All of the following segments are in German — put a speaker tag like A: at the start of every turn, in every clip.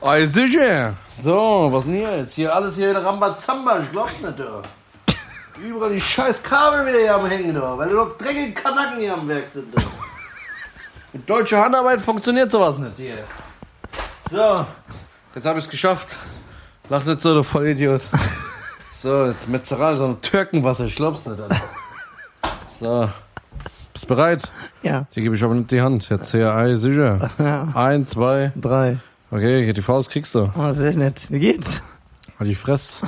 A: Ei, sicher.
B: So, was denn jetzt? Hier alles hier wieder Rambazamba, ich glaub's nicht, du. Überall die scheiß Kabel wieder hier am Hängen, du. Weil du doch dreckige Kanacken hier am Werk sind, du. Mit deutscher Handarbeit funktioniert sowas nicht hier. So, jetzt hab ich's geschafft. Lach nicht so, du Vollidiot. So, jetzt Metzeral, so ein Türkenwasser, ich glaub's nicht, Alter. So, bist bereit?
C: Ja.
B: Dir gebe ich aber nicht die Hand. Jetzt hier, ei, sicher.
C: ja.
B: Ein, zwei.
C: Drei.
B: Okay, hier die Faust kriegst du.
C: Oh, sehr nett. Wie geht's?
B: Halt die Fresse.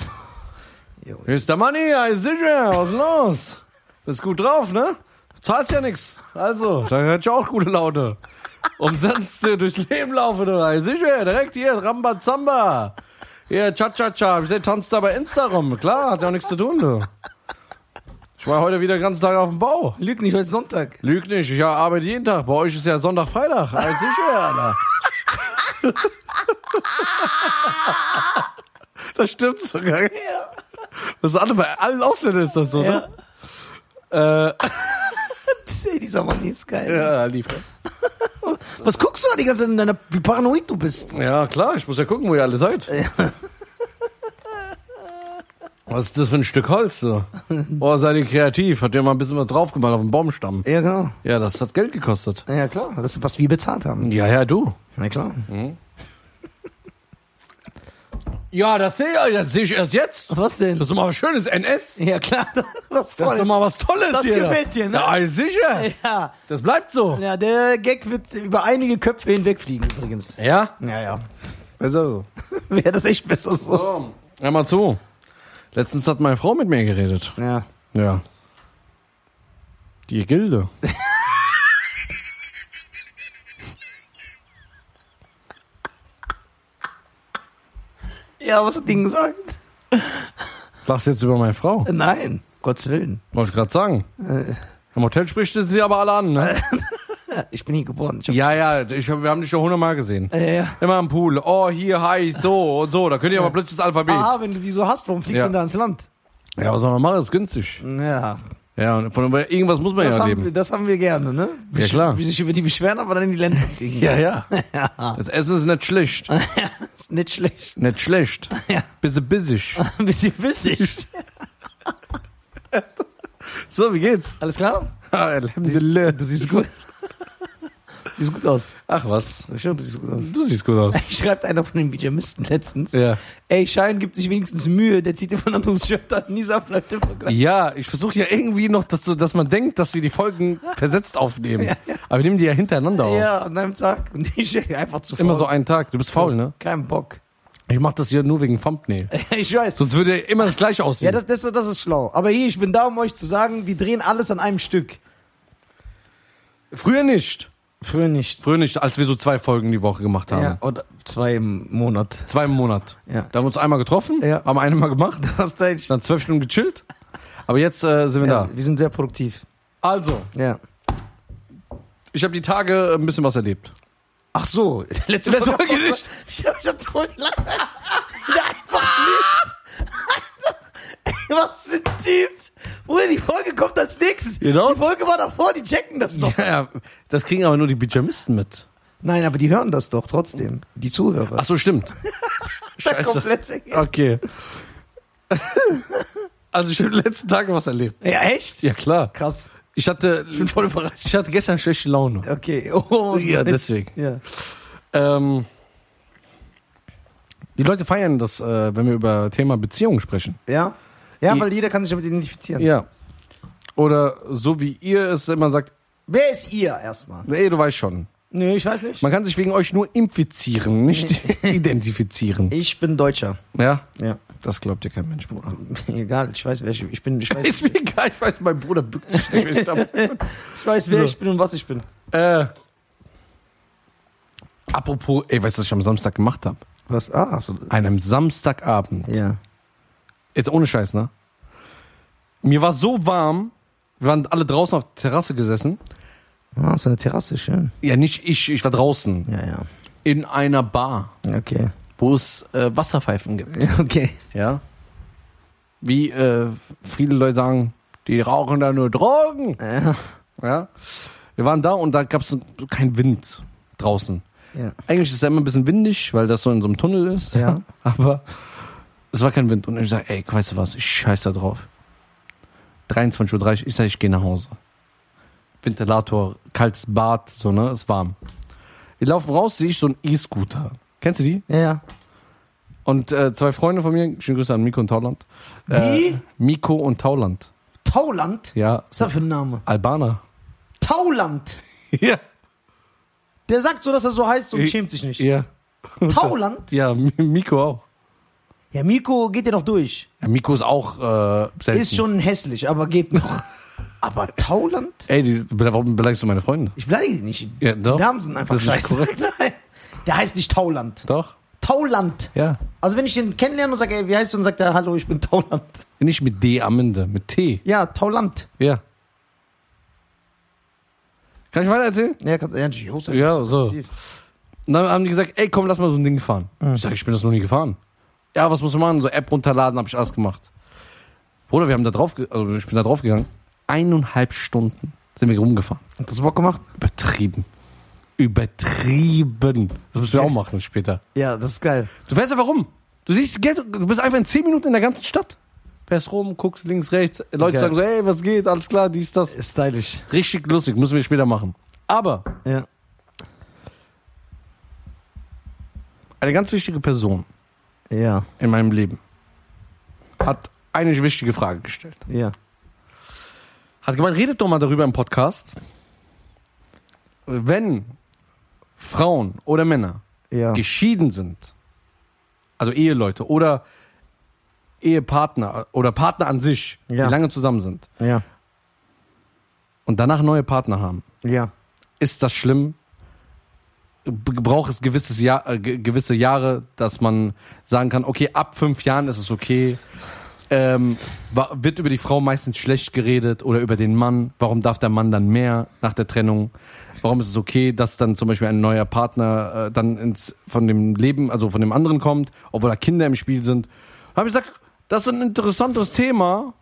C: Jo.
B: Hier ist der Money, hi, sicher, was ist los? Bist gut drauf, ne? Zahlst ja nix. Also, da hätte ich auch gute Laune. Umsonst äh, durchs Leben laufen, du, hi, sicher, direkt hier, Rambazamba. Hier, Cha-Cha-Cha, ich seh, tanzt da bei Insta rum. Klar, hat ja auch nichts zu tun, du. Ich war heute wieder den ganzen Tag auf dem Bau.
C: Lüg nicht, heute ist Sonntag.
B: Lüg nicht, ich arbeite jeden Tag. Bei euch ist ja Sonntag, Freitag. Alles sicher, Alter.
C: Das stimmt sogar.
B: Das ist alle, bei allen Ausländern ist das so,
C: Ja.
B: ne? Äh,
C: Ey, dieser Mann hier ist geil.
B: ja, liefert.
C: Was guckst du da die ganze Zeit in deiner, wie paranoid du bist?
B: Ja, klar, ich muss ja gucken, wo ihr alle seid. Was ist das für ein Stück Holz so? Oh, seid ihr kreativ? Habt ihr mal ein bisschen was drauf gemacht auf dem Baumstamm?
C: Ja, genau.
B: Ja, das hat Geld gekostet.
C: Ja, klar. Das ist, was wir bezahlt haben.
B: Ja, ja, du.
C: Na klar.
B: Ja, das sehe ich, das sehe ich erst jetzt.
C: Was denn?
B: Das ist doch mal was schönes NS.
C: ja, klar. Das ist
B: Das ist doch
C: toll.
B: mal was Tolles
C: Das
B: hier.
C: gefällt dir, ne?
B: Ja, ey, sicher.
C: ja.
B: Das bleibt so.
C: ja, der Gag wird über einige Köpfe hinwegfliegen übrigens.
B: Ja?
C: Ja, ja.
B: Besser so.
C: Wäre das echt besser so.
B: So, hör mal zu. Letztens hat meine Frau mit mir geredet.
C: Ja.
B: Ja. Die Gilde.
C: Ja, was hat Ding gesagt?
B: Lachst jetzt über meine Frau.
C: Nein, Gottes Willen.
B: Wollte ich gerade sagen.
C: Äh.
B: Im Hotel spricht sie aber alle an, ne?
C: Ich bin hier geboren. Ich hab,
B: Ja, ja, ich, hab- wir haben dich schon hundertmal gesehen.
C: ja. ja.
B: Immer am Pool. Oh, hier, hi, so und so. Da könnt ihr aber plötzlich das Alphabet.
C: Ah, wenn du die so hast, warum fliegst
B: Ja.
C: du denn da ans Land?
B: Ja, was soll man machen? Das ist günstig.
C: Ja,
B: Ja, und von irgendwas muss man
C: das,
B: ja
C: haben, wir-
B: leben.
C: das haben wir gerne, ne?
B: Ja, klar.
C: Wie sich über die beschweren, aber dann in die Länder fliegen.
B: Ja, ja.
C: ja.
B: Das Essen ist nicht schlecht.
C: Ist nicht schlecht.
B: Nicht schlecht.
C: Ja.
B: Bisschen bissig.
C: Ein bisschen flüssig.
B: So, wie geht's?
C: Alles klar?
B: Alhamdulillah.
C: Du siehst gut. siehst gut aus.
B: Ach was.
C: Schon, du siehst gut aus.
B: Du siehst gut aus.
C: Schreibt einer von den Pyjamisten letztens.
B: Ja.
C: Ey, Schein gibt sich wenigstens Mühe, der zieht immer ein anderes Shirt an. Nisa bleibt immer gleich.
B: Ja, ich versuche ja irgendwie noch, dass, so, dass man denkt, dass wir die Folgen versetzt aufnehmen. Aber wir nehmen die ja hintereinander auf.
C: Ja, an einem Tag. Und ich einfach zu
B: Immer
C: faul.
B: so einen Tag. Du bist faul, ne?
C: Kein Bock.
B: Ich mach das hier nur wegen Thumbnail.
C: ich weiß.
B: Sonst würde er immer das gleiche aussehen.
C: Ja, das, das, das ist schlau. Aber hier, ich bin da, um euch zu sagen, wir drehen alles an einem Stück.
B: Früher nicht.
C: Früher nicht.
B: Früher nicht, als wir so zwei Folgen die Woche gemacht haben.
C: Ja, oder zwei im Monat.
B: Zwei im Monat.
C: Ja.
B: Da haben wir uns einmal getroffen,
C: Ja.
B: haben eine mal gemacht,
C: Das ist echt.
B: dann zwölf Stunden gechillt. Aber jetzt äh, sind wir
C: Ja,
B: da.
C: wir sind sehr produktiv.
B: Also,
C: Ja.
B: ich habe die Tage ein bisschen was erlebt.
C: Ach so, letzte,
B: Letzte
C: Folge
B: Folge
C: nicht. Ich hab schon so lange. Einfach nicht. Was für ein Typ. Bruder, die Folge kommt als nächstes.
B: Genau.
C: Die Folge war davor, die checken das doch.
B: Ja, ja, das kriegen aber nur die Pyjamisten mit.
C: Nein, aber die hören das doch trotzdem. Die Zuhörer.
B: Ach so, stimmt.
C: Da
B: Scheiße.
C: komplett vergessen.
B: Okay. Also ich habe die letzten Tage was erlebt.
C: Ja, echt?
B: Ja klar.
C: Krass.
B: Ich hatte,
C: Ich bin voll überrascht.
B: ich hatte gestern schlechte Laune.
C: Okay. Oh,
B: Ja, deswegen.
C: Ja.
B: Ähm, die Leute feiern das, äh, wenn wir über Thema Beziehung sprechen.
C: Ja? Ja,
B: Die-
C: weil jeder kann sich damit identifizieren.
B: Ja. Oder so wie ihr es immer sagt,
C: Wer ist ihr erstmal?
B: ey, du weißt schon.
C: Nee, ich weiß nicht.
B: Man kann sich wegen euch nur infizieren, nicht identifizieren.
C: Ich bin Deutscher.
B: Ja,
C: Ja.
B: das glaubt dir kein Mensch, Bruder.
C: Egal, ich weiß, wer ich, ich bin. Ich weiß,
B: Ist mir egal, ich weiß, mein Bruder bückt sich nicht. wenn ich da-
C: ich weiß wer ich bin und was ich bin.
B: äh, apropos, ey, weißt du, was ich am Samstag gemacht habe?
C: Was? Ah, so.
B: An einem Samstagabend.
C: Ja.
B: Jetzt ohne Scheiß, ne? Mir war so warm, wir waren alle draußen auf der Terrasse gesessen.
C: Ah, so eine Terrasse, schön.
B: Ja, nicht ich, ich war draußen.
C: Ja, ja.
B: In einer Bar,
C: Okay.
B: wo es äh, Wasserpfeifen gibt.
C: Okay.
B: Ja. Wie äh, viele Leute sagen, die rauchen da nur Drogen.
C: Ja.
B: Ja. Wir waren da und da gab es so keinen Wind draußen.
C: Ja.
B: Eigentlich ist es ja immer ein bisschen windig, weil das so in so einem Tunnel ist.
C: Ja.
B: Aber es war kein Wind. Und ich sage, ey, weißt du was, ich scheiß da drauf. 23.30 Uhr, ich sage, ich gehe nach Hause. Ventilator, kaltes Bad, so, ne, ist warm. Wir laufen raus, sehe ich so einen E-Scooter. Kennst du die?
C: Ja, ja.
B: Und äh, zwei Freunde von mir, schöne Grüße an Miko und Tauland. Äh,
C: Wie?
B: Miko und Tauland.
C: Tauland?
B: Ja,
C: Was ist das für ein Name?
B: Albaner.
C: Tauland.
B: Ja.
C: Der sagt so, dass er so heißt und
B: Ich-
C: schämt sich nicht.
B: Ja.
C: Tauland?
B: Ja, Mi- Miko auch.
C: Ja, Miko geht ja noch durch.
B: Ja, Miko ist auch äh, selten.
C: Ist schon hässlich, aber geht noch. Aber Tauland?
B: Ey, die, warum beleidigst du meine Freunde?
C: Ich beleidige die nicht.
B: Ja, doch.
C: Die Namen sind einfach
B: Das ist nicht
C: scheiße. Nein. Der heißt nicht Tauland.
B: Doch.
C: Tauland.
B: Ja.
C: Also wenn ich den kennenlerne und sage, ey, wie heißt du? Und sagt er, hallo, ich bin Tauland.
B: Nicht mit D am Ende, mit T.
C: Ja, Tauland.
B: Ja. Kann ich weiter erzählen?
C: Ja, kannst, ja, Josef,
B: Ja,
C: das
B: so.
C: ist-
B: Und dann haben die gesagt, ey, komm, lass mal so ein Ding fahren. Ich sage, ich bin das noch nie gefahren. Ja, was muss man machen? So App runterladen, habe ich alles gemacht. Bruder, wir haben da drauf, ge- also ich bin da drauf gegangen. Eineinhalb Stunden sind wir rumgefahren.
C: Hat das Bock gemacht?
B: Übertrieben. Übertrieben. Das müssen wir auch machen später.
C: Ja, das ist geil.
B: Du fährst einfach rum. Du siehst Geld, du bist einfach in 10 Minuten in der ganzen Stadt. Fährst rum, guckst links, rechts. Leute
C: Okay.
B: sagen so, ey, was geht, alles klar, dies, das.
C: Ist stylisch.
B: Richtig lustig, müssen wir später machen. Aber
C: Ja.
B: eine ganz wichtige Person
C: Ja,
B: in meinem Leben hat eine wichtige Frage gestellt.
C: ja.
B: Hat gemeint, redet doch mal darüber im Podcast. Wenn Frauen oder Männer
C: Ja.
B: geschieden sind, also Eheleute oder Ehepartner oder Partner an sich,
C: Ja.
B: die lange zusammen sind
C: Ja.
B: und danach neue Partner haben,
C: Ja.
B: ist das schlimm? B- Braucht es gewisses Jahr, äh, ge- gewisse Jahre, dass man sagen kann, okay, ab fünf Jahren ist es okay. Ähm, wa- wird über die Frau meistens schlecht geredet oder über den Mann? Warum darf der Mann dann mehr nach der Trennung? Warum ist es okay, dass dann zum Beispiel ein neuer Partner äh, dann ins, von dem Leben, also von dem anderen kommt, obwohl da Kinder im Spiel sind? Habe ich gesagt, das ist ein interessantes Thema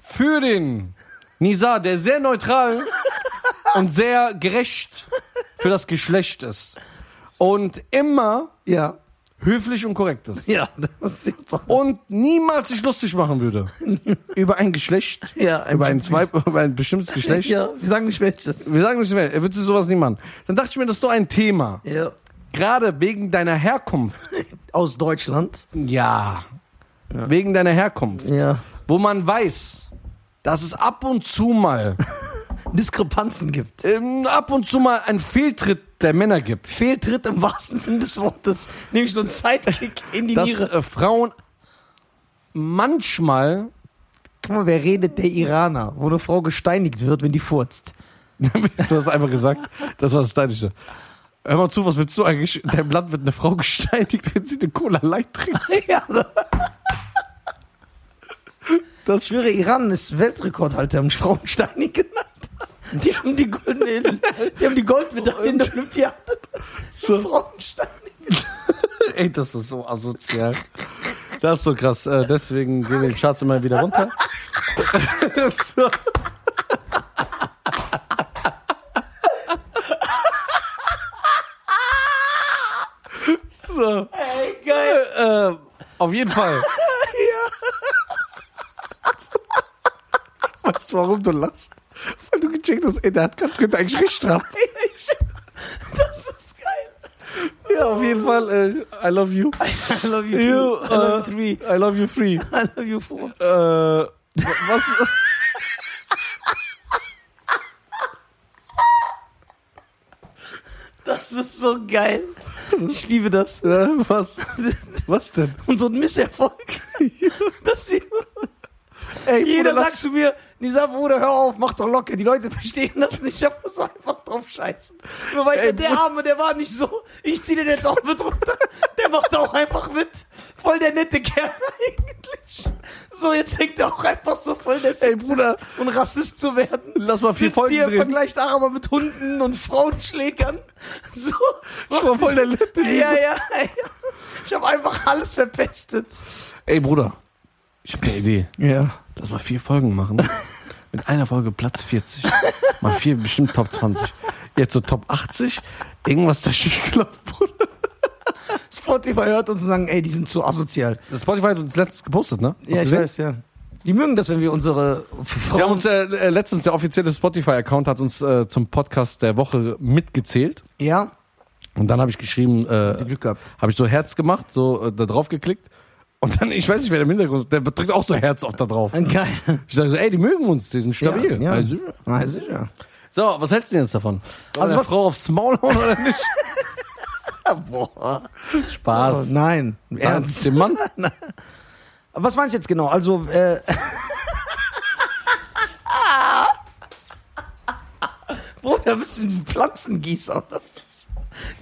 B: für den Nisa, der sehr neutral und sehr gerecht für das Geschlecht ist. Und immer
C: Ja.
B: höflich und korrekt ist.
C: Ja, das stimmt doch.
B: Und niemals sich lustig machen würde. Über ein Geschlecht,
C: Ja,
B: über ein, zwei, über ein bestimmtes Geschlecht.
C: Ja, wir sagen nicht welches.
B: Wir sagen nicht mehr, er würde sowas nie machen. Dann dachte ich mir, das ist nur ein Thema.
C: Ja.
B: Gerade wegen deiner Herkunft.
C: Aus Deutschland.
B: Ja. Wegen deiner Herkunft.
C: Ja.
B: Wo man weiß, dass es ab und zu mal,
C: Diskrepanzen gibt.
B: ähm, ab und zu mal einen Fehltritt der Männer gibt.
C: Fehltritt im wahrsten Sinne des Wortes. Nämlich so ein Sidekick in die
B: dass
C: Niere.
B: äh, Frauen manchmal,
C: Guck mal, wer redet? Der Iraner, wo eine Frau gesteinigt wird, wenn die furzt.
B: du hast einfach gesagt, das war das Stylische. Hör mal zu, was willst du eigentlich? In deinem Land wird eine Frau gesteinigt, wenn sie eine Cola Light trinkt.
C: ja. Das ich schwöre, Iran ist Weltrekordhalter im Frauensteinigen. Alter. Die haben die goldene, die haben die Goldmedaille in der Olympiade. So. Frauensteinigen.
B: Ey, das ist so asozial. Das ist so krass. Äh, deswegen gehen wir den Charts immer wieder runter. so. so.
C: Ey, geil.
B: Äh, auf jeden Fall. Weißt du, warum du lachst? Weil du gecheckt hast, ey, der hat gerade eigentlich recht gehabt.
C: Das ist geil.
B: Ja, auf jeden Fall, äh, I love you.
C: I love you,
B: You,
C: too. I love you
B: äh,
C: three.
B: I love you free.
C: I love you four.
B: Äh, wa- was?
C: Das ist so geil. Ich liebe das.
B: Äh, was? Was denn?
C: Und so ein Misserfolg. Dass wir
B: Ey,
C: Jeder
B: Bruder,
C: sagt zu mir, Nisa, Bruder, hör auf, mach doch locker. Die Leute verstehen das nicht, aber so einfach drauf scheißen. Nur weil
B: Ey,
C: der
B: Bruder.
C: Arme, der war nicht so, ich zieh den jetzt auch mit runter. Der macht auch einfach mit. Voll der nette Kerl eigentlich. So, jetzt hängt er auch einfach so voll der Sexist
B: Bruder.
C: und Rassist zu werden.
B: Lass mal vier
C: Sitzt
B: Folgen
C: hier,
B: drehen.
C: vergleicht Araber mit Hunden und Frauenschlägern. So.
B: Ich war voll der Lette.
C: ja, ja, ja. Ich habe einfach alles verpestet.
B: Ey, Bruder. Ich hab eine Idee.
C: Ja.
B: Lass mal vier Folgen machen. Mit einer Folge Platz 40. Mal vier, bestimmt Top 20. Jetzt so Top 80. Irgendwas da schiefgelaufen, Bruder.
C: Spotify hört uns und sagen, ey, die sind zu asozial.
B: Das Spotify hat uns letztens gepostet, ne? Hast du
C: ja, ich
B: gesehen?
C: weiß, ja. Die mögen das, wenn wir unsere.
B: Wir haben uns äh, äh, letztens, der offizielle Spotify-Account hat uns äh, zum Podcast der Woche mitgezählt.
C: ja,
B: Und dann habe ich geschrieben, äh,
C: Glück gehabt.
B: habe ich so Herz gemacht, so äh, da drauf geklickt. Und dann, ich weiß nicht, wer im Hintergrund, der drückt auch so Herz auf da drauf. ne?
C: Geil.
B: Ich sage so, ey, die mögen uns, die sind stabil.
C: Ja, ja.
B: Also,
C: Na, sicher.
B: So, was hältst du denn jetzt davon?
C: Also
B: Also
C: was-
B: was Frau aufs Maul hauen oder nicht?
C: Boah. Oh,
B: Spaß.
C: nein, ernst.
B: Ernst, dem Mann?
C: Was meinst du jetzt genau? Also, äh. Bruder, bist du ein Pflanzengießer oder was?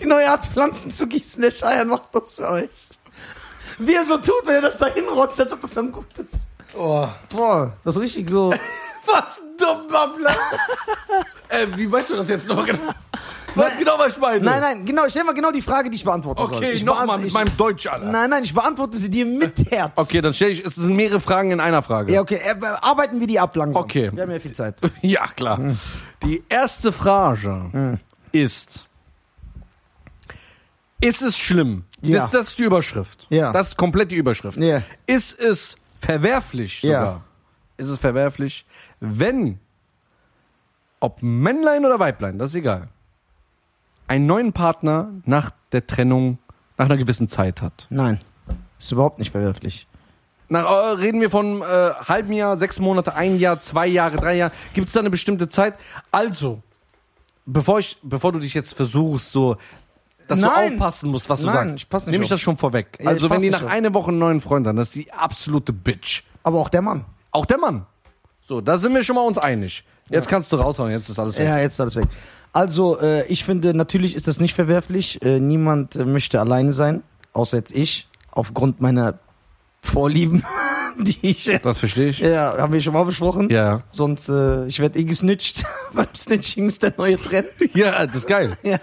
C: Die neue Art, Pflanzen zu gießen, der Scheiern macht das für euch. Wie er so tut, wenn er das da hinrotzt, als ob das dann gut ist. Boah, das ist richtig so.
B: Oh. Was ein dummer Plan. äh, wie meinst du das jetzt noch genau? Weißt genau, was ich meine?
C: Nein, nein, genau, ich stelle mal genau die Frage, die ich beantworten soll.
B: Okay,
C: Ich
B: nochmal
C: beant-
B: mit
C: ich-
B: meinem Deutsch, Alter.
C: Nein, nein, ich beantworte sie dir mit Herz.
B: Okay, dann stelle ich, es sind mehrere Fragen in einer Frage.
C: Ja, okay, äh, arbeiten wir die ab langsam.
B: Okay.
C: Wir haben ja viel Zeit.
B: Ja, klar.
C: Hm.
B: Die erste Frage ist: Ist es schlimm?
C: Ja.
B: Das, das ist die Überschrift.
C: Ja.
B: Das ist komplett die Überschrift.
C: Ja.
B: Ist es verwerflich
C: Ja.
B: sogar? Ist es verwerflich, wenn, ob Männlein oder Weiblein, das ist egal, einen neuen Partner nach der Trennung, nach einer gewissen Zeit hat?
C: Nein, ist überhaupt nicht verwerflich.
B: Nach, äh, reden wir von äh, halben Jahr, sechs Monate, ein Jahr, zwei Jahre, drei Jahre. Gibt es da eine bestimmte Zeit? Also, bevor, ich, bevor du dich jetzt versuchst, so, dass
C: Nein.
B: du aufpassen musst, was du
C: Nein,
B: sagst,
C: ich pass nicht
B: nehme ich
C: auf.
B: das schon vorweg.
C: Ja, ich
B: also,
C: pass
B: wenn die
C: nicht
B: nach
C: auf.
B: einer Woche einen neuen Freund haben, das ist die absolute Bitch.
C: Aber auch der Mann.
B: Auch der Mann. So, da sind wir schon mal uns einig. Jetzt kannst du raushauen, jetzt ist alles weg.
C: Ja, jetzt ist alles weg. Also, äh, ich finde, natürlich ist das nicht verwerflich. Äh, niemand äh, möchte alleine sein, außer jetzt ich, aufgrund meiner Vorlieben, die ich. Äh,
B: Das verstehe ich.
C: ja, haben wir schon mal besprochen.
B: Ja.
C: Sonst, äh, ich werde eh gesnitcht, weil Snitching ist der neue Trend.
B: Ja, äh, das ist geil.
C: ja,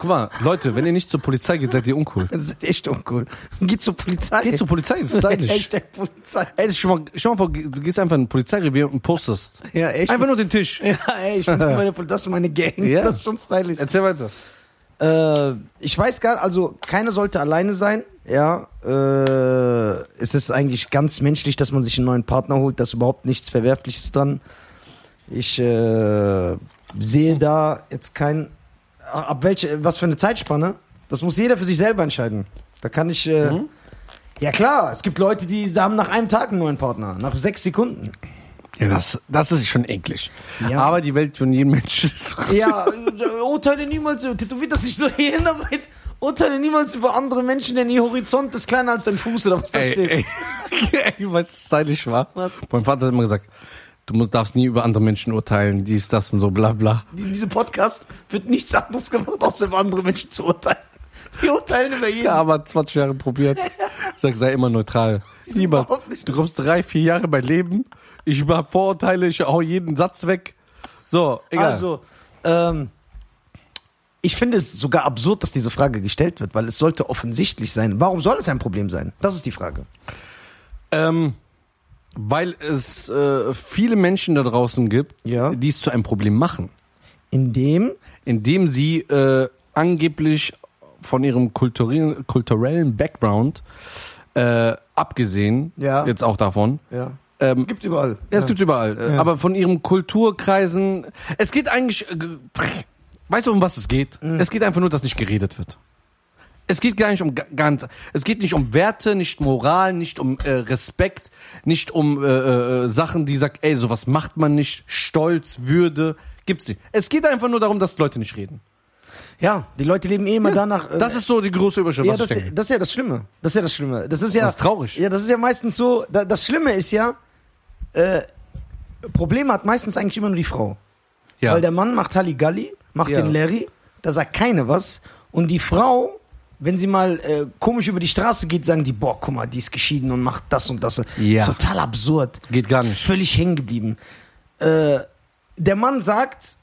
B: Guck mal, Leute, wenn ihr nicht zur Polizei geht, seid ihr uncool.
C: das ist echt uncool. Geh zur Polizei.
B: Geht zur Polizei, das ist stylisch.
C: Echt der Polizei.
B: Ey, das ist schon mal, schau mal vor, du gehst einfach in ein Polizeirevier und postest.
C: Ja, echt.
B: Einfach nur den Tisch.
C: ja, ey, ich bin meine, Pol- das ist meine Gang.
B: Ja.
C: Das ist schon stylisch.
B: Erzähl weiter.
C: Äh, ich weiß gar also keiner sollte alleine sein. Ja, äh, es ist eigentlich ganz menschlich, dass man sich einen neuen Partner holt, dass überhaupt nichts Verwerfliches dran. Ich äh, sehe da jetzt kein, äh, ab welche, was für eine Zeitspanne. Das muss jeder für sich selber entscheiden. Da kann ich, äh, ja klar, es gibt Leute, die haben nach einem Tag einen neuen Partner, nach sechs Sekunden.
B: Ja, das, das ist schon eklig.
C: Ja.
B: Aber die Welt von jedem Menschen ist so.
C: Ja, äh, urteile niemals, äh, tätowiert das nicht so hier hin, aber jetzt urteile niemals über andere Menschen, denn ihr Horizont ist kleiner als dein Fuß oder was da
B: Ey,
C: steht.
B: ey, ey, was stylisch war.
C: Was?
B: Mein Vater hat immer gesagt, du musst, darfst nie über andere Menschen urteilen, dies, das und so, bla bla.
C: In diesem Podcast wird nichts anderes gemacht, außer über andere Menschen zu urteilen. Wir urteilen über jeden.
B: Ja, aber 20 Jahre probiert. Ich sag, sei immer neutral. Niemals.
C: überhaupt nicht.
B: Du kommst drei, vier Jahre bei Leben. Ich hab Vorurteile, ich hau jeden Satz weg. So, egal.
C: also, ähm, ich finde es sogar absurd, dass diese Frage gestellt wird, weil es sollte offensichtlich sein. Warum soll es ein Problem sein? Das ist die Frage.
B: Ähm, weil es äh, viele Menschen da draußen gibt,
C: Ja.
B: die es zu einem Problem machen,
C: Indem,
B: indem sie äh, angeblich von ihrem kulturellen, kulturellen Background äh, abgesehen,
C: Ja.
B: jetzt auch davon,
C: ja,
B: ähm,
C: gibt überall.
B: ja, es gibt überall, äh, aber von ihrem Kulturkreisen, es geht eigentlich, äh, ge- weißt du, um was es geht? Es geht einfach nur, dass nicht geredet wird. Es geht gar nicht um ga- ganz, es geht nicht um Werte, nicht Moral, nicht um äh, Respekt, nicht um äh, äh, Sachen, die sagt, ey, sowas macht man nicht, Stolz, Würde, gibt's nicht. Es geht einfach nur darum, dass Leute nicht reden.
C: Ja, die Leute leben eh immer danach. äh,
B: Das ist so die große Überschrift,
C: Ja,
B: was
C: das,
B: ich denke.
C: das ist ja das Schlimme. Das ist ja das Schlimme. Das ist ja.
B: Das ist traurig.
C: Ja, das ist ja meistens so. Da, das Schlimme ist ja, äh, Probleme hat meistens eigentlich immer nur die Frau.
B: Ja.
C: Weil der Mann macht Halligalli, macht
B: Ja.
C: den Larry, da sagt keiner was. Und die Frau, wenn sie mal äh, komisch über die Straße geht, sagen die, boah, guck mal, die ist geschieden und macht das und das.
B: Ja.
C: Total absurd.
B: Geht gar nicht.
C: Völlig hängen geblieben. Äh, der Mann sagt,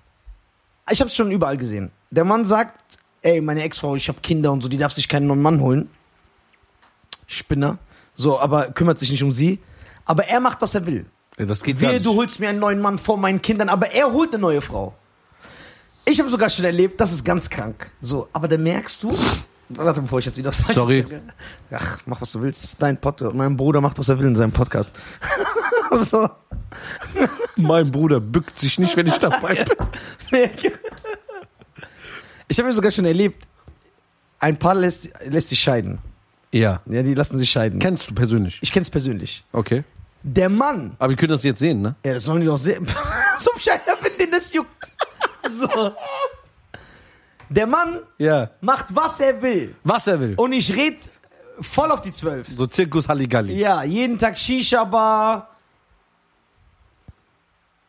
C: ich habe es schon überall gesehen. Der Mann sagt, ey, meine Ex-Frau, ich habe Kinder und so, die darf sich keinen neuen Mann holen. Spinner. So, aber kümmert sich nicht um sie. Aber er macht, was er will.
B: Ja, das geht gar
C: Wehe,
B: nicht.
C: du holst mir einen neuen Mann vor meinen Kindern, aber er holt eine neue Frau. Ich habe sogar schon erlebt, das ist ganz krank. So, aber da merkst du. Warte, bevor ich jetzt wieder was sage.
B: Sorry.
C: Ach, mach was du willst. Das ist dein Podcast. Mein Bruder macht, was er will in seinem Podcast. so.
B: Mein Bruder bückt sich nicht, wenn ich dabei bin.
C: Ich habe ja sogar schon erlebt, ein Paar lässt, lässt sich scheiden.
B: Ja.
C: Ja, die lassen sich scheiden.
B: Kennst du persönlich?
C: Ich kenn's persönlich.
B: Okay.
C: Der Mann.
B: Aber wir können das jetzt sehen, ne?
C: Ja, das sollen die doch sehen. so bescheuert, wenn denen das juckt. so. Der Mann
B: Ja.
C: macht, was er will.
B: Was er will.
C: Und ich red voll auf die Zwölf.
B: So Zirkus Halligalli.
C: Ja, jeden Tag Shisha-Bar.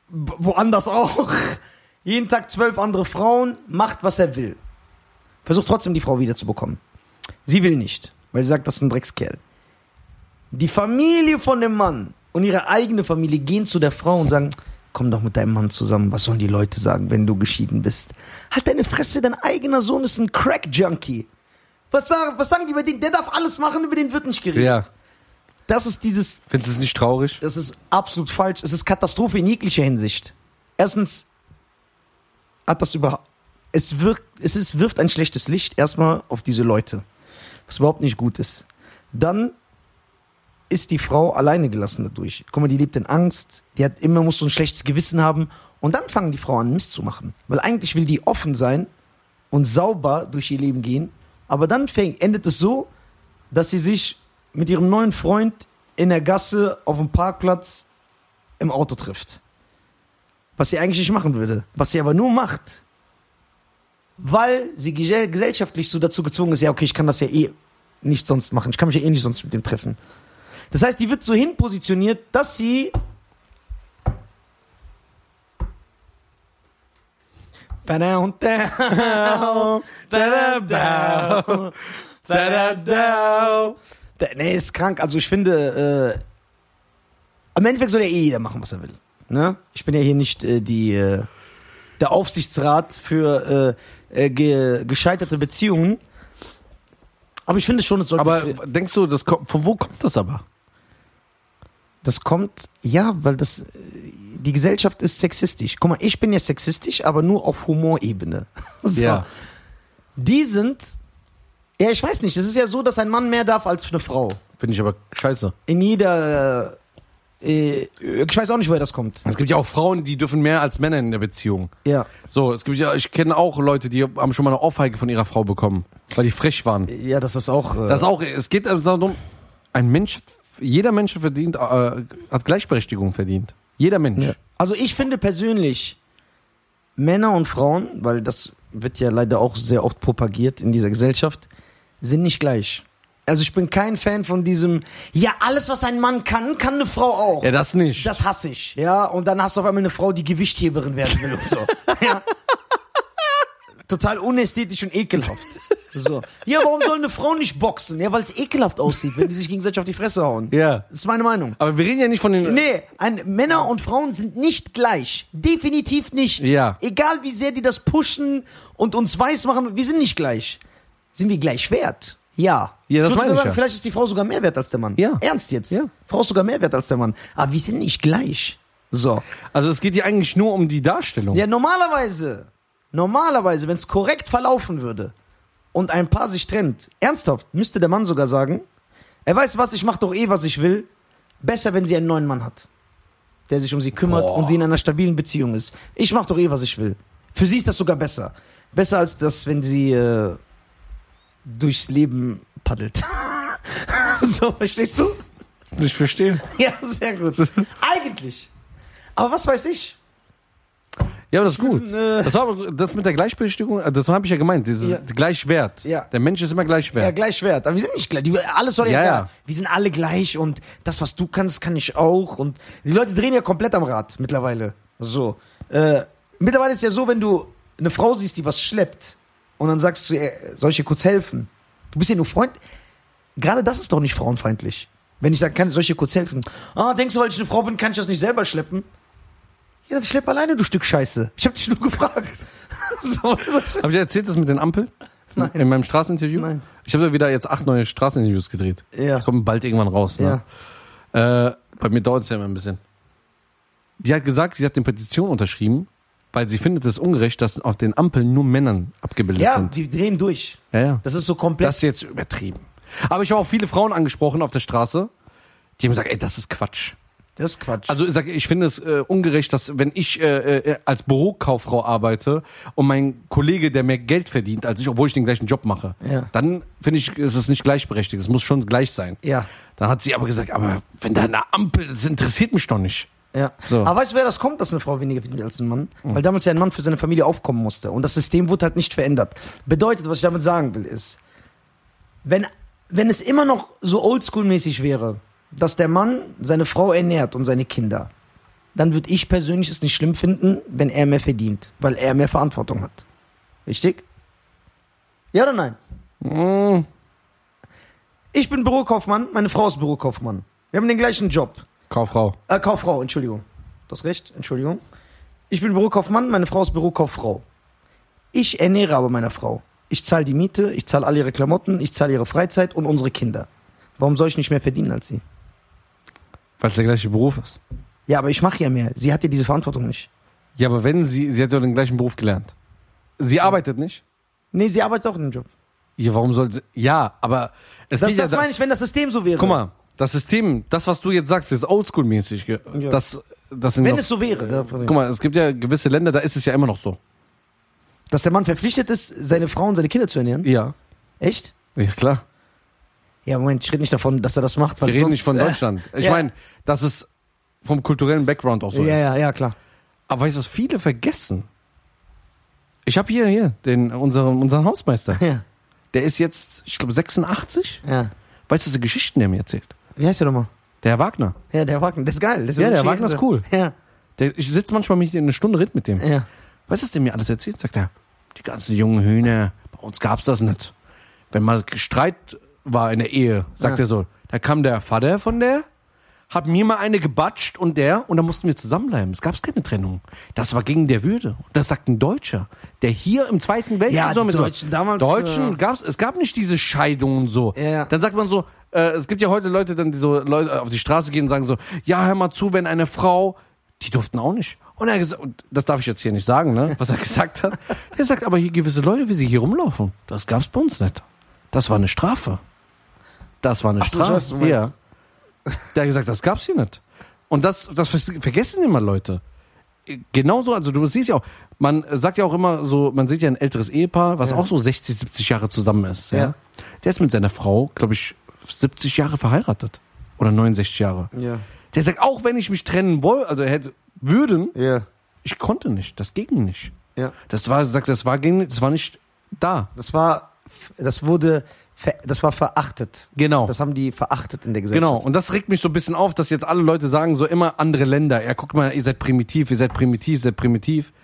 C: B- Woanders auch. Jeden Tag zwölf andere Frauen. Macht, was er will. Versucht trotzdem, die Frau wiederzubekommen. Sie will nicht, weil sie sagt, das ist ein Dreckskerl. Die Familie von dem Mann und ihre eigene Familie gehen zu der Frau und sagen, komm doch mit deinem Mann zusammen. Was sollen die Leute sagen, wenn du geschieden bist? Halt deine Fresse, dein eigener Sohn ist ein Crack-Junkie. Was sagen, was sagen die über den? Der darf alles machen, über den wird nicht geredet.
B: Ja.
C: Das ist dieses,
B: Findest du es nicht traurig?
C: das ist absolut falsch. Es ist Katastrophe in jeglicher Hinsicht. Erstens hat das überhaupt, es wirkt, es ist, wirft ein schlechtes Licht erstmal auf diese Leute, was überhaupt nicht gut ist. Dann ist die Frau alleine gelassen dadurch. Guck mal, die lebt in Angst, die hat immer muss so ein schlechtes Gewissen haben und dann fangen die Frauen an Mist zu machen, weil eigentlich will die offen sein und sauber durch ihr Leben gehen, aber dann fängt, endet es so, dass sie sich mit ihrem neuen Freund in der Gasse auf dem Parkplatz im Auto trifft. Was sie eigentlich nicht machen würde. Was sie aber nur macht, weil sie gesell- gesellschaftlich so dazu gezwungen ist, ja, okay, ich kann das ja eh nicht sonst machen. Ich kann mich ja eh nicht sonst mit dem treffen. Das heißt, die wird so hinpositioniert, dass sie. Badam, badam, badam, badam. Der- Nee, ist krank. Also ich finde, äh, am Endeffekt soll ja eh jeder machen, was er will. Ne? Ich bin ja hier nicht äh, die, äh, der Aufsichtsrat für äh, äh, ge gescheiterte Beziehungen. Aber ich finde schon, es sollte.
B: Aber
C: für-
B: denkst du, das kommt, von wo kommt das aber?
C: Das kommt, ja, weil das, äh, die Gesellschaft ist sexistisch. Guck mal, ich bin ja sexistisch, aber nur auf Humorebene. So. Die sind, ja, ich weiß nicht, es ist ja so, dass ein Mann mehr darf als eine Frau.
B: Finde ich aber scheiße.
C: In jeder, äh, äh, ich weiß auch nicht, woher das kommt.
B: Es gibt ja auch Frauen, die dürfen mehr als Männer in der Beziehung.
C: Ja.
B: So, es gibt ja, ich kenne auch Leute, die haben schon mal eine Ohrfeige von ihrer Frau bekommen, weil die frech waren.
C: Ja, das ist auch, äh,
B: Das auch, es geht also darum, ein Mensch, jeder Mensch hat verdient, äh, hat Gleichberechtigung verdient. Jeder Mensch.
C: Ja. Also ich finde persönlich, Männer und Frauen, weil das wird ja leider auch sehr oft propagiert in dieser Gesellschaft, sind nicht gleich. Also ich bin kein Fan von diesem, ja, alles, was ein Mann kann, kann eine Frau auch.
B: Ja, das nicht.
C: Das hasse ich, ja. Und dann hast du auf einmal eine Frau, die Gewichtheberin werden will und so. ja. Total unästhetisch und ekelhaft. So. Ja, warum soll eine Frau nicht boxen? Ja, weil es ekelhaft aussieht, wenn die sich gegenseitig auf die Fresse hauen.
B: ja.
C: Das ist meine Meinung.
B: Aber wir reden ja nicht von den.
C: Nee, ein, Männer und Frauen sind nicht gleich. Definitiv nicht.
B: Ja.
C: Egal wie sehr die das pushen und uns weismachen, wir sind nicht gleich. Sind wir gleich wert? Ja.
B: Ja, das meine
C: ich würde sogar
B: ich
C: sagen,
B: ja.
C: Vielleicht ist die Frau sogar mehr wert als der Mann.
B: Ja.
C: Ernst jetzt?
B: Ja.
C: Frau ist sogar mehr wert als der Mann. Aber wir sind nicht gleich. So.
B: Also es geht ja eigentlich nur um die Darstellung.
C: Ja, normalerweise, normalerweise, wenn es korrekt verlaufen würde und ein Paar sich trennt, ernsthaft, müsste der Mann sogar sagen, er weiß was, ich mache doch eh, was ich will. Besser, wenn sie einen neuen Mann hat, der sich um sie kümmert
B: Boah.
C: und sie in einer stabilen Beziehung ist. Ich mache doch eh, was ich will. Für sie ist das sogar besser. Besser als das, wenn sie äh, durchs Leben paddelt. so, verstehst du?
B: Ich verstehe.
C: Ja, sehr gut. Eigentlich. Aber was weiß ich?
B: Ja, aber das ist gut.
C: äh,
B: Das war aber das mit der Gleichberechtigung, äh, das habe ich ja gemeint, dieses
C: Ja.
B: Gleichwert.
C: Ja.
B: Der Mensch ist immer
C: Ja,
B: gleichwert.
C: gleich wert. Aber wir sind nicht gleich. Die, alles soll ja,
B: Ja,
C: ja,
B: ja.
C: Wir sind alle gleich und das, was du kannst, kann ich auch. Und die Leute drehen ja komplett am Rad mittlerweile. So. Äh, mittlerweile ist ja so, wenn du eine Frau siehst, die was schleppt und dann sagst du, ihr, soll ich ihr kurz helfen? Du bist ja nur Freund. Gerade das ist doch nicht frauenfeindlich. Wenn ich sage, kann, soll ich dir kurz helfen? Ah, denkst du, weil ich eine Frau bin, kann ich das nicht selber schleppen? Ja, dann schlepp alleine, du Stück Scheiße. Ich hab dich nur gefragt. so, so.
B: Habe ich dir erzählt, das mit den Ampeln? Nein. In meinem Straßeninterview?
C: Nein.
B: Ich habe da wieder jetzt acht neue Straßeninterviews gedreht.
C: Ja.
B: Die kommen bald irgendwann raus. Ne?
C: Ja.
B: Äh, bei mir dauert es ja immer ein bisschen. Die hat gesagt, sie hat eine Petition unterschrieben, weil sie findet es ungerecht, dass auf den Ampeln nur Männern abgebildet
C: Ja,
B: sind.
C: die drehen durch.
B: Ja, ja.
C: Das ist so komplett.
B: Das ist jetzt übertrieben. Aber ich habe auch viele Frauen angesprochen auf der Straße, die haben gesagt, ey, das ist Quatsch.
C: das ist Quatsch.
B: Also ich, sag, ich finde es äh, ungerecht, dass wenn ich äh, äh, als Bürokauffrau arbeite und mein Kollege, der mehr Geld verdient als ich, obwohl ich den gleichen Job mache,
C: Ja.
B: dann finde ich, ist es nicht gleichberechtigt. Es muss schon gleich sein.
C: ja.
B: Dann hat sie aber gesagt, aber wenn da eine Ampel, das interessiert mich doch nicht.
C: Ja.
B: So. Hm.
C: Aber weißt du, wer das kommt, dass eine Frau weniger verdient als ein Mann? Weil damals ja ein Mann für seine Familie aufkommen musste. Und das System wurde halt nicht verändert. Bedeutet, was ich damit sagen will, ist, wenn, wenn es immer noch so oldschool-mäßig wäre, dass der Mann seine Frau ernährt und seine Kinder, dann würde ich persönlich es nicht schlimm finden, wenn er mehr verdient, weil er mehr Verantwortung hat. Richtig? Ja oder nein?
B: Hm.
C: Ich bin Bürokaufmann, meine Frau ist Bürokaufmann. Wir haben den gleichen Job.
B: Kauffrau.
C: Äh, Kauffrau, Entschuldigung. Das recht, Entschuldigung. Ich bin Bürokaufmann, meine Frau ist Bürokauffrau. Ich ernähre aber meine Frau. Ich zahle die Miete, ich zahle all ihre Klamotten, ich zahle ihre Freizeit und unsere Kinder. Warum soll ich nicht mehr verdienen als sie?
B: Weil es der gleiche Beruf ist.
C: Ja, aber ich mache ja mehr. Sie hat ja diese Verantwortung nicht.
B: Ja, aber wenn sie, sie hat ja den gleichen Beruf gelernt. Sie arbeitet nicht?
C: Nee, sie arbeitet auch in dem Job.
B: Ja, warum soll sie, ja, aber es
C: Das,
B: geht
C: das
B: ja, da-
C: meine ich, wenn das System so wäre.
B: guck mal, das System, das, was du jetzt sagst, ist oldschool-mäßig. ge-
C: Ja.
B: Das, das sind
C: Wenn
B: doch-
C: es so wäre, da-
B: Guck mal, es gibt ja gewisse Länder, da ist es ja immer noch so.
C: dass der Mann verpflichtet ist, seine Frau und seine Kinder zu ernähren.
B: Ja.
C: Echt?
B: Ja, klar.
C: Ja, Moment, ich rede nicht davon, dass er das macht, weil
B: Wir reden
C: sonst,
B: nicht von
C: äh,
B: Deutschland. Ich
C: ja.
B: meine, dass es vom kulturellen Background auch so
C: ja,
B: ist.
C: ja, ja, klar.
B: Aber weißt du, was viele vergessen? Ich habe hier, hier, den, unseren, unseren Hausmeister.
C: Ja,
B: Der ist jetzt, ich glaube, 86.
C: ja.
B: Weißt du, diese Geschichten, der mir erzählt?
C: Wie heißt der nochmal?
B: Der Herr Wagner.
C: Ja, der Wagner, das ist geil. Das ist
B: Ja, der
C: ein
B: Wagner ist cool.
C: Ja,
B: Der, ich sitze manchmal mit ihm eine Stunde red mit dem.
C: ja.
B: Weißt du, was der mir alles erzählt? Sagt er, die ganzen jungen Hühner, bei uns gab's das nicht. Wenn mal Streit war in der Ehe, sagt
C: Ja.
B: er so, da kam der Vater von der, hat mir mal eine gebatscht und der, und dann mussten wir zusammenbleiben. Es gab keine Trennung. Das war gegen der Würde. Und Das sagt ein Deutscher, der hier im Zweiten Weltkrieg
C: Ja, die
B: mit so-
C: Deutschen damals,
B: Deutschen
C: äh,
B: gab's, es gab nicht diese Scheidungen so.
C: Ja, ja.
B: Dann sagt man so, äh, es gibt ja heute Leute, dann, die so Leute äh, auf die Straße gehen und sagen so, ja, hör mal zu, wenn eine Frau, die durften auch nicht. Und er gesagt, und das darf ich jetzt hier nicht sagen, ne, was er gesagt hat. Er sagt, aber hier gewisse Leute, wie sie hier rumlaufen, das gab's bei uns nicht. Das war eine Strafe. Das war eine
C: so, ich
B: Strafe.
C: weiß, was du meinst.
B: ja. Der hat gesagt, das gab's hier nicht. Und das, das ver- vergessen immer Leute. Genauso, also du siehst ja auch, man sagt ja auch immer so, man sieht ja ein älteres Ehepaar, was auch so 60, 70 Jahre zusammen ist. Ja.
C: Ja.
B: Der ist mit seiner Frau, glaube ich, 70 Jahre verheiratet. Oder 69 Jahre.
C: Ja.
B: Der sagt, auch wenn ich mich trennen wollte, also hätte, würden,
C: Ja.
B: ich konnte nicht, das ging nicht.
C: Ja.
B: Das war, sagt, das war, gegen- das war nicht da.
C: Das war, das wurde, ver- das war verachtet.
B: Genau.
C: Das haben die verachtet in der Gesellschaft.
B: Genau, und das regt mich so ein bisschen auf, dass jetzt alle Leute sagen, so immer andere Länder. Ja, guck mal, ihr seid primitiv, ihr seid primitiv, ihr seid primitiv.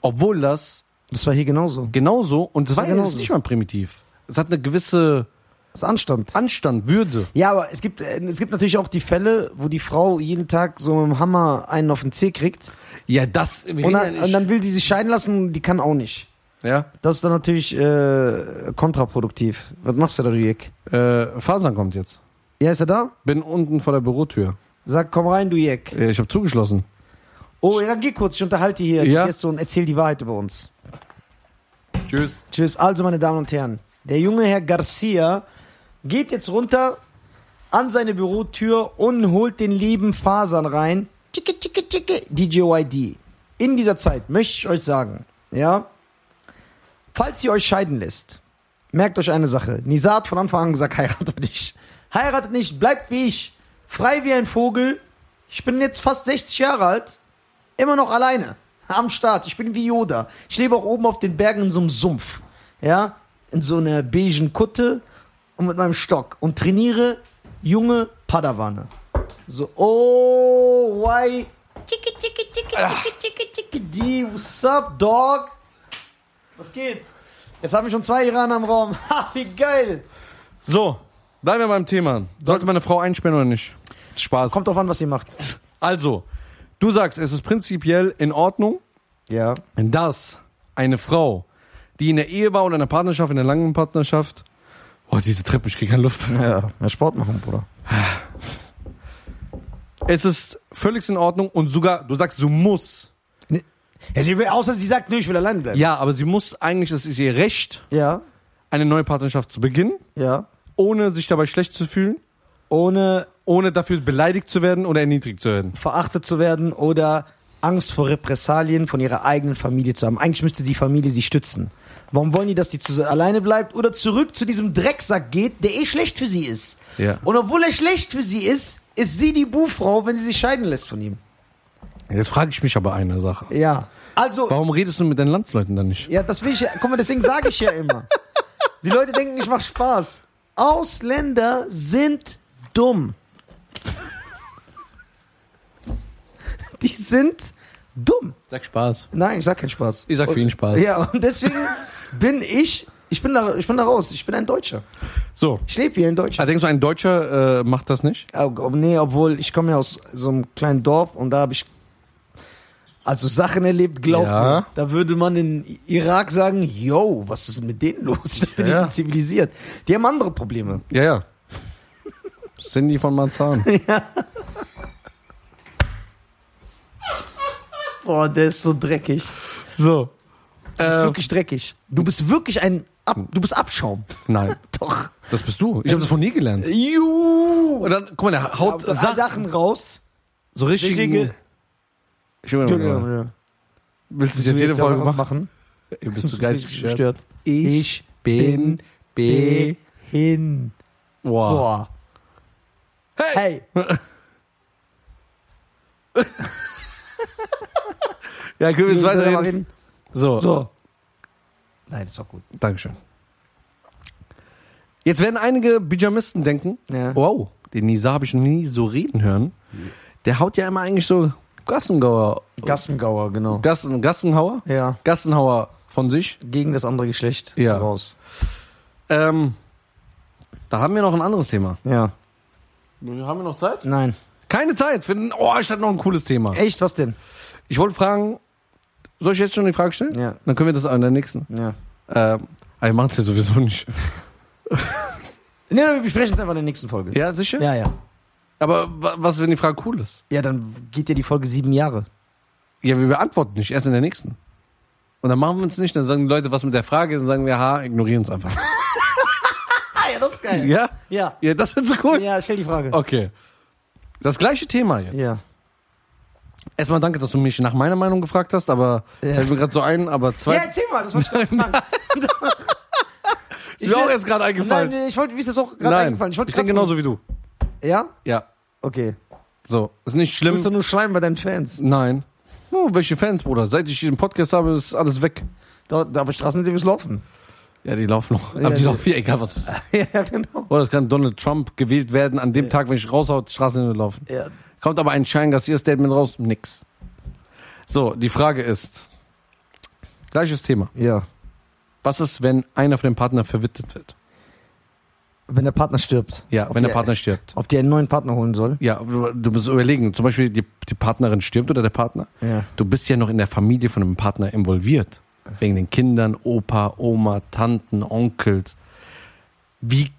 B: Obwohl das
C: Das war hier genauso.
B: genauso, und es war ja
C: genauso.
B: nicht mal primitiv. Es hat eine gewisse
C: Das ist Anstand.
B: Anstand, Würde.
C: Ja, aber es gibt, äh, es gibt natürlich auch die Fälle, wo die Frau jeden Tag so mit dem Hammer einen auf den Zeh kriegt.
B: Ja, das.
C: Und dann, und dann will die sich scheiden lassen und die kann auch nicht.
B: ja,
C: Das ist dann natürlich äh, kontraproduktiv. Was machst du da, du Jek?
B: äh, Fasan kommt jetzt.
C: Ja, ist er da?
B: Bin unten vor der Bürotür.
C: Sag, komm rein, du Jek.
B: Äh, Ich habe zugeschlossen.
C: Oh, ja, dann geh kurz, ich unterhalte hier.
B: Ja.
C: Geh jetzt so und erzähl die Wahrheit über uns.
B: Tschüss.
C: Tschüss. Also, meine Damen und Herren, der junge Herr Garcia geht jetzt runter an seine Bürotür und holt den lieben Fasern rein. Tschicke, tschicke, tschicke, DJYD. In dieser Zeit möchte ich euch sagen, ja, falls ihr euch scheiden lässt, merkt euch eine Sache. Nisa hat von Anfang an gesagt, heiratet nicht. Heiratet nicht, bleibt wie ich. Frei wie ein Vogel. Ich bin jetzt fast 60 Jahre alt immer noch alleine. Am Start. Ich bin wie Yoda. Ich lebe auch oben auf den Bergen in so einem Sumpf. Ja, in so einer beigen Kutte und mit meinem Stock und trainiere junge Padawane. So, oh, why? Chicke, chicke, chicke, chicke, chicke, chicke, die, what's up, dog? Was geht? Jetzt haben wir schon zwei Iraner im Raum. Ha, wie geil.
B: So, bleiben wir beim Thema. Sollte meine Frau einsperren oder nicht? Spaß.
C: Kommt drauf an, was ihr macht.
B: Also, du sagst, es ist prinzipiell in Ordnung,
C: Ja.
B: dass eine Frau, die in der Ehe war oder in einer Partnerschaft, in einer langen Partnerschaft, oh, diese Treppe, ich kriege keine Luft.
C: Ja, mehr Sport machen, Bruder.
B: Es ist völlig in Ordnung und sogar, du sagst, du musst.
C: Ja, sie will, außer sie sagt, nö, ich will allein bleiben.
B: Ja, aber sie muss eigentlich, es ist ihr Recht,
C: Ja,
B: eine neue Partnerschaft zu beginnen,
C: ja.
B: ohne sich dabei schlecht zu fühlen,
C: Ohne
B: ohne dafür beleidigt zu werden oder erniedrigt zu werden.
C: verachtet zu werden oder Angst vor Repressalien von ihrer eigenen Familie zu haben. Eigentlich müsste die Familie sie stützen. Warum wollen die, dass die zu, alleine bleibt oder zurück zu diesem Drecksack geht, der eh schlecht für sie ist?
B: Ja.
C: Und obwohl er schlecht für sie ist, ist sie die Buhfrau, wenn sie sich scheiden lässt von ihm.
B: Jetzt frage ich mich aber eine Sache.
C: Ja. Also,
B: Warum redest du mit deinen Landsleuten dann nicht?
C: Ja, das will ich ja. Guck mal, deswegen sage ich ja immer. Die Leute denken, ich mache Spaß. Ausländer sind dumm. Die sind dumm.
B: Sag Spaß.
C: Nein, ich sag keinen Spaß.
B: Ich sag für ihn Spaß.
C: Ja, und deswegen bin ich, ich bin da, ich bin da raus. Ich bin ein Deutscher.
B: So.
C: Ich lebe wie ein Deutscher.
B: Ah, denkst du, ein Deutscher äh, macht das nicht?
C: Ob- ob- oh, Nee, obwohl ich komme ja aus so einem kleinen Dorf und da habe ich also Sachen erlebt, glaubt
B: Ja.
C: mir. Da würde man in Irak sagen, yo, was ist mit denen los? Ich dachte, die
B: Ja.
C: sind zivilisiert. Die haben andere Probleme.
B: Ja, ja. Cindy von Marzahn.
C: Boah, der ist so dreckig.
B: So.
C: Du bist
B: Äh,
C: wirklich dreckig. Du bist wirklich ein Ab du bist Abschaum.
B: nein,
C: Doch.
B: das bist du. Ich habe das von dir gelernt.
C: Juhu.
B: Und dann, guck mal, der
C: Haut
B: haut Sachen,
C: Sachen raus.
B: so richtig.
C: richtige-
B: Entschuldigung, willst du es jetzt jede Folge machen? Ey, bist du geistig gestört?
C: gestört? Ich bin
B: B.
C: behindert.
B: Wow.
C: Boah. Hey.
B: Ja, können wir jetzt weiterreden? So.
C: So. Nein, ist doch gut.
B: Dankeschön. Jetzt werden einige Bijamisten denken,
C: Ja.
B: wow, den Nisa habe ich noch nie so reden hören. Der haut ja immer eigentlich so Gassengauer,
C: Gassengauer, genau.
B: Gassen, Gassenhauer?
C: Ja,
B: Gassenhauer von sich.
C: gegen das andere Geschlecht
B: Ja.
C: raus.
B: Ähm, da haben wir noch ein anderes Thema.
C: Ja.
B: Haben wir noch Zeit?
C: Nein.
B: Keine Zeit. Für, ein- oh, ich hatte noch ein cooles Thema.
C: Echt, was denn?
B: Ich wollte fragen, soll ich jetzt schon die Frage stellen?
C: Ja,
B: Dann können wir das an der nächsten.
C: ja.
B: Ähm, aber wir machen es ja sowieso nicht.
C: Nee, nee, wir besprechen es einfach in der nächsten Folge.
B: Ja, sicher?
C: Ja, ja.
B: Aber wa- was, wenn die Frage cool ist?
C: Ja, dann geht ja die Folge sieben Jahre.
B: Ja, wir beantworten nicht, erst in der nächsten. Und dann machen wir es nicht, dann sagen die Leute was mit der Frage, dann sagen wir, ha, ignorieren es einfach.
C: Ah, ja, das ist geil. Oh.
B: ja?
C: Ja.
B: Ja, das wird so cool.
C: Ja, stell die Frage.
B: Okay. Das gleiche Thema jetzt.
C: Ja.
B: Erstmal danke, dass du mich nach meiner Meinung gefragt hast, aber
C: Ja.
B: fällt mir gerade so ein, aber
C: Ja,
B: zwei.
C: erzähl mal, das wollte ich gerade fragen.
B: ist mir auch erst gerade eingefallen.
C: Nein, ich wollte, wie ist das auch gerade
B: Nein,
C: eingefallen?
B: ich,
C: wollte
B: denke
C: grad-
B: genauso wie du.
C: Ja?
B: Ja,
C: Okay.
B: so. Ist nicht schlimm.
C: Willst du nur schleimen bei deinen Fans?
B: Nein. Oh, welche Fans, Bruder? Seit ich diesen Podcast habe, ist alles weg.
C: Da, da aber Straßen, die laufen.
B: Ja, die laufen noch. Aber
C: Ja,
B: die
C: die-
B: laufen viel, egal was ist.
C: ja, genau.
B: Oder es kann Donald Trump gewählt werden an dem Tag, wenn ich raushaut, Straßenhände laufen.
C: Ja.
B: Kommt aber ein Schein Garcia Statement raus, nix. So, die Frage ist, gleiches Thema.
C: Ja.
B: Was ist, wenn einer von dem Partner verwitwet wird?
C: Wenn der Partner stirbt.
B: Ja,
C: Ob
B: wenn der Partner stirbt.
C: Ob die einen neuen Partner holen soll?
B: Ja, du musst überlegen, zum Beispiel die, die Partnerin stirbt oder der Partner.
C: Ja.
B: Du bist ja noch in der Familie von einem Partner involviert. Wegen den Kindern, Opa, Oma, Tanten, Onkel. Wie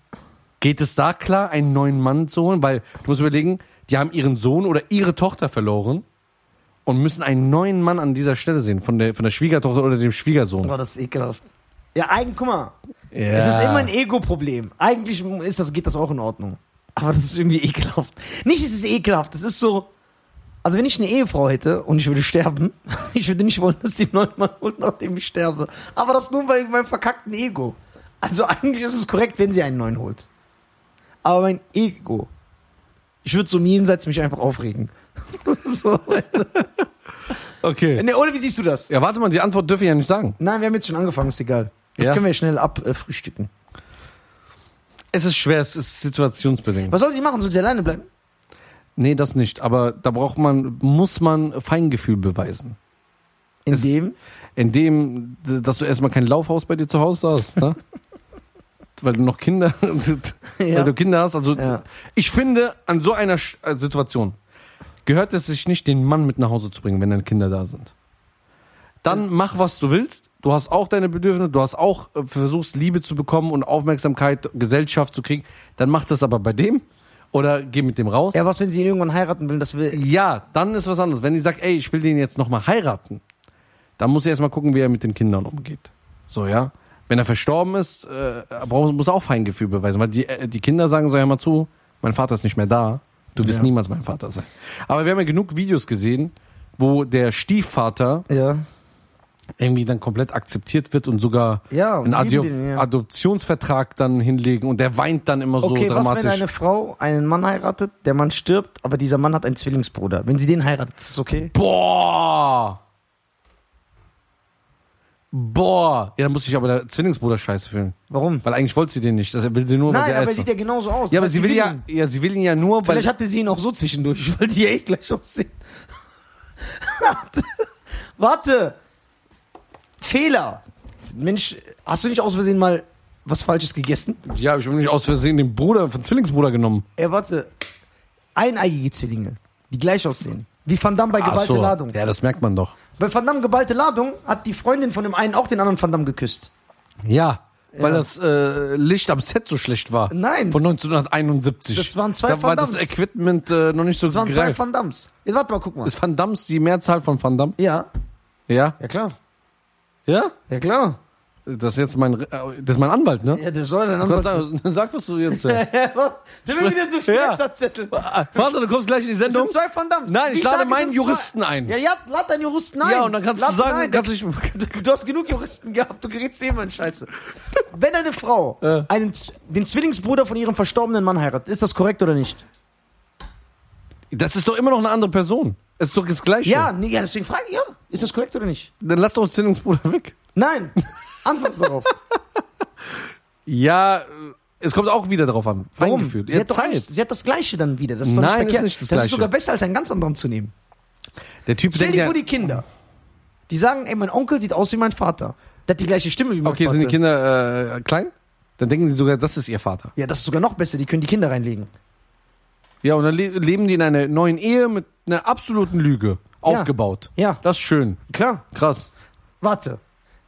B: geht es da klar, einen neuen Mann zu holen? Weil du musst überlegen, die haben ihren Sohn oder ihre Tochter verloren und müssen einen neuen Mann an dieser Stelle sehen, von der, von der Schwiegertochter oder dem Schwiegersohn.
C: Boah, Oh, das ist ekelhaft. Ja, eigentlich, guck mal.
B: Ja.
C: Es ist immer ein Ego-Problem. Eigentlich ist das, geht das auch in Ordnung. Aber das ist irgendwie ekelhaft. Nicht, es ist ekelhaft. Das ist so. Also, wenn ich eine Ehefrau hätte und ich würde sterben, ich würde nicht wollen, dass die neuen Mann holt, nachdem ich sterbe. Aber das nur wegen meinem verkackten Ego. Also, eigentlich ist es korrekt, wenn sie einen neuen holt. Aber mein Ego. Ich würde so im Jenseits mich einfach aufregen. so.
B: Okay.
C: Nee, Oder wie siehst du das?
B: Ja, warte mal, die Antwort dürfen ich ja nicht sagen.
C: Nein, wir haben jetzt schon angefangen, ist egal. Das
B: Ja.
C: können wir schnell abfrühstücken. Äh, frühstücken.
B: Es ist schwer, es ist situationsbedingt.
C: Was soll sie machen? Soll sie alleine bleiben?
B: Nee, das nicht. Aber da braucht man, muss man Feingefühl beweisen.
C: Indem?
B: Indem, d- dass du erstmal kein Laufhaus bei dir zu Hause hast, ne? weil du noch Kinder, weil du Kinder hast. Also
C: Ja.
B: ich finde, an so einer Sch- äh, Situation gehört es sich nicht, den Mann mit nach Hause zu bringen, wenn deine Kinder da sind. Dann mach, was du willst. Du hast auch deine Bedürfnisse, du hast auch äh, versuchst, Liebe zu bekommen und Aufmerksamkeit, Gesellschaft zu kriegen. Dann mach das aber bei dem oder geh mit dem raus.
C: Ja, was, wenn sie ihn irgendwann heiraten will, das will.
B: Ja, dann ist was anderes. Wenn die sagt, ey, ich will den jetzt nochmal heiraten, Dann muss er erstmal gucken, wie er mit den Kindern umgeht. So, ja. Wenn er verstorben ist, äh, braucht, muss er auch Feingefühl beweisen, weil die, äh, die Kinder sagen so, hör mal zu, mein Vater ist nicht mehr da, du wirst
C: Ja.
B: niemals mein Vater sein. Aber wir haben ja genug Videos gesehen, wo der Stiefvater
C: Ja.
B: irgendwie dann komplett akzeptiert wird und sogar
C: Ja, und
B: einen
C: lieben
B: Ado
C: den, ja.
B: Adoptionsvertrag dann hinlegen und der weint dann immer
C: Okay,
B: so
C: was,
B: dramatisch.
C: wenn eine Frau einen Mann heiratet, der Mann stirbt, aber dieser Mann hat einen Zwillingsbruder. Wenn sie den heiratet, ist es okay?
B: Boah! Boah! Ja, dann muss sich aber der Zwillingsbruder scheiße fühlen.
C: Warum?
B: Weil eigentlich wollte sie den nicht. Das will sie nur, weil
C: Nein,
B: der
C: aber er
B: ist.
C: sieht ja genauso aus.
B: ja, aber
C: Das heißt,
B: sie will ja,
C: ihn.
B: ja, sie will ihn ja nur, weil.
C: Vielleicht hatte sie ihn auch so zwischendurch, weil die ja eh gleich aussehen. Warte! Fehler! Mensch, hast du nicht aus Versehen mal was Falsches gegessen?
B: Ja, hab ich habe nicht aus Versehen den Bruder, von Zwillingsbruder genommen.
C: Ey, warte. Eineigige Zwillinge, die gleich aussehen. Wie Van Damme bei
B: Ach
C: geballte
B: so.
C: Ladung.
B: Ja, das merkt man doch.
C: Bei Van Damme geballte Ladung hat die Freundin von dem einen auch den anderen Van Damme geküsst.
B: Ja. Weil das äh, Licht am Set so schlecht war.
C: Nein.
B: Von 1971.
C: Das waren zwei
B: Da war
C: Van
B: das
C: Dammes.
B: Equipment äh, noch nicht so
C: Das waren zwei
B: gereift.
C: Van Dams. Jetzt warte mal, guck mal.
B: Ist Van Dams die Mehrzahl von Van Damme?
C: Ja.
B: Ja.
C: Ja, klar.
B: Ja?
C: Ja, klar.
B: Das ist jetzt mein, äh, das ist mein Anwalt, ne?
C: Ja, der soll dann
B: Du kannst sagen, sag, was du jetzt. äh,
C: Der will wieder so Stress
B: Ja.
C: am Zettel. Das
B: Warte, du kommst gleich in die Sendung.
C: sind zwei Van Dams.
B: Nein, ich
C: Wie
B: lade
C: sage,
B: meinen
C: sind
B: Juristen
C: zwei.
B: ein.
C: Ja, ja, lad deinen Juristen ein.
B: Ja, und dann kannst
C: Lad
B: du
C: ihn
B: sagen,
C: ein.
B: kannst du dich,
C: Du hast genug Juristen gehabt, du gerätst eh immer in Scheiße. Wenn eine Frau
B: Äh.
C: einen, Z- den Zwillingsbruder von ihrem verstorbenen Mann heiratet, ist das korrekt oder nicht?
B: das ist doch immer noch eine andere Person. Es ist doch das Gleiche.
C: Ja, nee, ja deswegen frage ich, ja. Ist das korrekt oder nicht?
B: Dann lass doch den Zwillingsbruder weg.
C: Nein. Antwort darauf.
B: Ja, äh, es kommt auch wieder drauf an.
C: Warum?
B: Feingefühlt.
C: Sie
B: Ja,
C: hat, doch eigentlich, sie hat das Gleiche dann wieder. Das ist doch
B: Nein, ist
C: nicht verkehrt.
B: nicht das
C: das ist
B: Gleiche.
C: sogar besser, als einen ganz anderen zu nehmen.
B: Der Typ
C: Stell
B: denkt
C: dir
B: ja,
C: vor, die Kinder. Die sagen, ey, mein Onkel sieht aus wie mein Vater. Der hat die gleiche Stimme wie mein
B: okay,
C: Vater.
B: sind die Kinder äh, klein? Dann denken die sogar, das ist ihr Vater.
C: Ja, das ist sogar noch besser. Die können die Kinder reinlegen.
B: Ja, und dann le leben die in einer neuen Ehe mit einer absoluten Lüge. Aufgebaut.
C: Ja,
B: Das ist schön.
C: klar.
B: Krass.
C: Warte.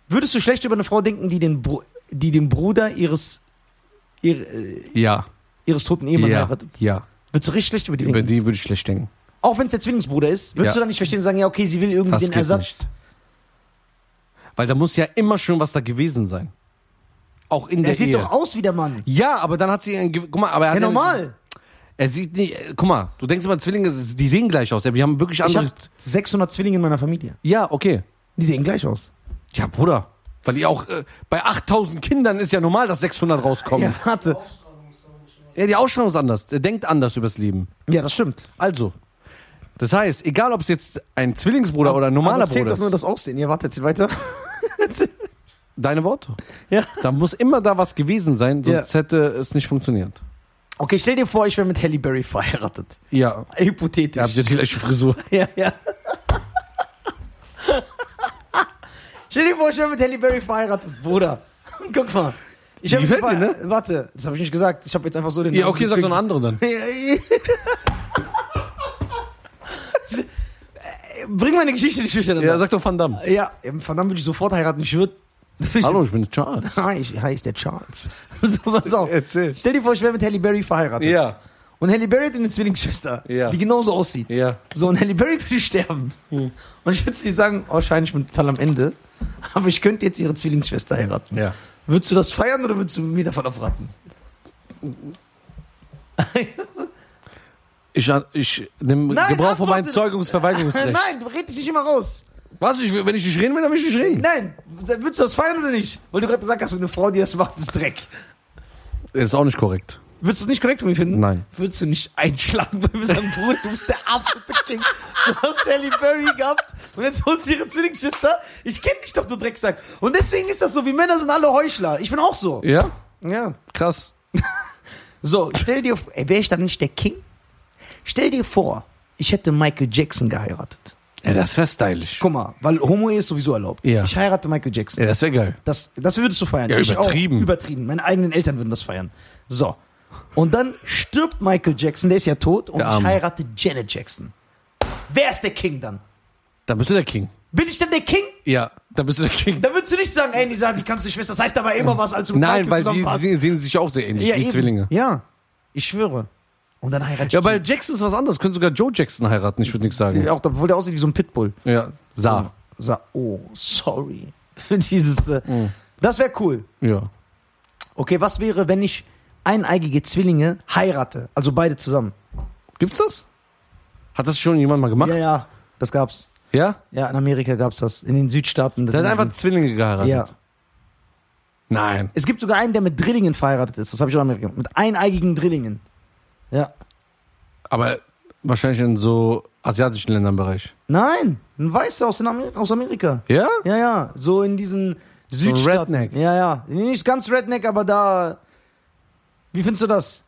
C: Würdest du schlecht über eine Frau denken, die den, Bru die den Bruder ihres, ihr, äh,
B: Ja.
C: ihres toten Ehemanns
B: Ja.
C: heiratet?
B: ja.
C: Würdest du richtig schlecht über die
B: Über
C: denken?
B: die würde ich schlecht denken.
C: Auch wenn es der Zwillingsbruder ist, würdest
B: Ja.
C: du dann nicht verstehen und sagen, ja, okay, sie will irgendwie
B: Das
C: den
B: geht
C: Ersatz.
B: nicht. Weil da muss ja immer schon was da gewesen sein. Auch in der
C: Er sieht
B: Ehe.
C: doch aus wie der Mann.
B: ja, aber dann hat sie einen. Ge- Guck mal, aber er
C: Ja,
B: hat
C: normal.
B: Er sieht nicht. äh, Guck mal, du denkst immer, Zwillinge, die sehen gleich aus. aber Die haben wirklich
C: Ich
B: andere.
C: habe 600 Zwillinge in meiner Familie.
B: ja, okay.
C: Die sehen gleich aus.
B: Ja, Bruder. Weil ihr auch. Äh, bei 8000 Kindern ist ja normal, dass 600 rauskommen.
C: Ja,
B: Ja,
C: warte.
B: die Ausstrahlung ist anders. Der denkt anders übers Leben.
C: Ja, das stimmt.
B: Also. Das heißt, egal ob es jetzt ein Zwillingsbruder oder ein normaler
C: Aber es zählt
B: Bruder
C: doch nur
B: ist.
C: das Aussehen. Ja, warte, erzähl weiter.
B: Deine Worte.
C: ja.
B: Da muss immer da was gewesen sein, sonst hätte es nicht funktioniert.
C: Okay, stell dir vor, ich wäre mit Halle Berry verheiratet.
B: Ja. Ihr habt
C: Hypothetisch.
B: ja die gleiche Frisur.
C: Ja, ja. stell dir vor, ich wäre mit Halle Berry verheiratet, Bruder. Guck mal. Ich hab
B: Die
C: mich
B: gefällt dir, ne?
C: ver- Warte, das habe ich nicht gesagt. Ich habe jetzt einfach so den.
B: Ja, okay, sag doch eine andere dann.
C: Bring meine Geschichte nicht durcheinander.
B: Ja, sag doch Van Damme.
C: Ja, eben, verdammt würde ich sofort heiraten. Ich würde.
B: Hallo, ich bin Charles.
C: Hi, ich heiße der Charles. so, pass auf.
B: Erzähl.
C: Stell dir vor, ich wäre mit Halle Berry verheiratet.
B: Ja,
C: Und Halle Berry hat eine Zwillingsschwester,
B: Ja.
C: die genauso aussieht.
B: ja.
C: So, und Halle Berry würde sterben. Und ich würde dir sagen, oh, scheinbar, ich bin total am Ende. Aber ich könnte jetzt ihre Zwillingsschwester heiraten.
B: Ja.
C: Würdest du das feiern oder würdest du mir davon abraten?
B: Ich, ich nehme
C: Nein,
B: Gebrauch von meinem
C: antworte-
B: Zeugungsverweigerungsrecht.
C: Nein, red dich nicht immer raus.
B: Was? Ich, will- wenn ich nicht reden will, dann will ich nicht reden.
C: Nein, würdest du das feiern oder nicht? Weil du gerade gesagt hast, eine Frau, die das macht, ist Dreck.
B: Ist auch nicht korrekt.
C: Würdest du es nicht korrekt von mir finden?
B: Nein.
C: Würdest du nicht einschlagen bei mir sagen, Bruder, du bist der absolute King. Du hast Halle Berry gehabt und jetzt holst du ihre Zwillingsschwester. Ich kenne dich doch, du Drecksack. Und deswegen ist das so, wie Männer sind alle Heuchler. Ich bin auch so.
B: Ja?
C: Ja.
B: Krass.
C: So, stell dir, ey, wäre ich dann nicht der King? Stell dir vor, ich hätte Michael Jackson geheiratet.
B: Ja, das wäre stylisch.
C: Guck mal, weil Homo ist sowieso erlaubt.
B: Ja.
C: Ich heirate Michael Jackson.
B: Ja, das wäre geil.
C: Das, das würdest du feiern.
B: Ja,
C: Ich auch.
B: übertrieben.
C: Übertrieben. Meine eigenen Eltern würden das feiern. So. Und dann stirbt Michael Jackson, der ist ja tot, und
B: Der
C: ich
B: Arme.
C: heirate Janet Jackson. Wer ist der King dann?
B: Dann bist du der King.
C: Bin ich denn der King?
B: Ja, dann bist du der King.
C: Da würdest du nicht sagen, ey, Nisa, die kannst du nicht wissen. Das heißt aber immer was, als du mit
B: Nein,
C: Michael
B: weil die,
C: zusammenpasst.
B: die sehen sich auch sehr ähnlich, wie
C: eben.
B: Zwillinge.
C: Ja, ich schwöre. Und dann heirate
B: Ja, bei Jackson ist was anderes. Können sogar Joe Jackson heiraten, ich würde nichts sagen.
C: ich. Auch, obwohl der aussieht wie so ein Pitbull.
B: Ja. Sa.
C: Sag, oh, sorry. Für dieses. Äh,
B: Mm.
C: Das wäre cool.
B: Ja.
C: Okay, was wäre, wenn ich eineigige Zwillinge heirate? Also beide zusammen.
B: Gibt's das? Hat das schon jemand mal gemacht?
C: Ja, ja, das gab's.
B: Ja?
C: Ja, in Amerika gab's das. In den Südstaaten. Das
B: Der hat
C: sind-
B: einfach Zwillinge geheiratet.
C: Ja.
B: Nein.
C: Es gibt sogar einen, der mit Drillingen verheiratet ist. Das habe ich auch in Amerika. Mit eineigigen Drillingen. Ja.
B: Aber wahrscheinlich in so asiatischen Ländern Bereich.
C: Nein, ein Weißer aus, den Amer aus Amerika.
B: Ja?
C: Ja, ja, so in diesen Südstaaten.
B: Redneck.
C: Ja, ja, nicht ganz Redneck, aber da. Wie findest du das?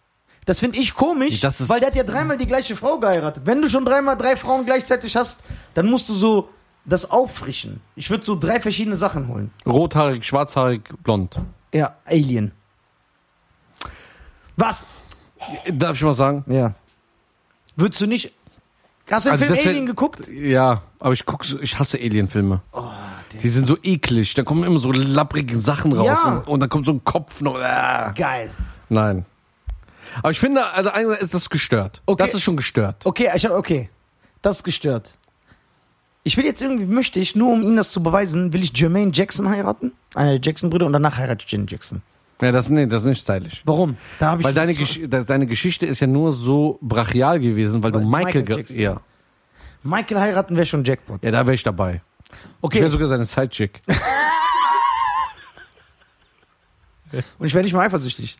C: Das finde ich komisch,
B: Das ist-
C: weil der hat ja dreimal die gleiche Frau geheiratet. Wenn du schon dreimal drei Frauen gleichzeitig hast, dann musst du so das auffrischen. Ich würde so drei verschiedene Sachen holen.
B: Rothaarig, schwarzhaarig, blond.
C: Ja, Alien. Was?
B: Darf ich mal sagen?
C: Ja. Würdest du nicht. Hast du den
B: Also das
C: Film
B: wär-
C: Alien geguckt?
B: Ja, aber ich guck, so- ich hasse Alien-Filme. die sind so eklig. Da kommen immer so labbrige Sachen raus.
C: Ja.
B: Und dann kommt so ein Kopf noch. Äh.
C: Geil.
B: Nein. Aber ich finde, also einerseits ist das gestört.
C: Okay.
B: Das ist schon gestört.
C: Okay, ich hab, okay. Das ist gestört. Ich will jetzt irgendwie, möchte ich, nur um Ihnen das zu beweisen, will ich Jermaine Jackson heiraten? Einer der Jackson-Brüder und danach heirate ich Janet Jackson.
B: Ja, das, nee, das ist nicht stylisch.
C: Warum? Da hab ich
B: Weil deine,
C: zwar-
B: Gesch de- deine Geschichte ist ja nur so brachial gewesen, weil,
C: Weil
B: du Michael,
C: Michael
B: ge-
C: Jackson.
B: ja.
C: Michael heiraten wäre schon Jackpot.
B: ja, da wäre ich dabei. Ich
C: Okay,
B: wäre sogar seine Sidechick.
C: und ich wäre nicht mal eifersüchtig.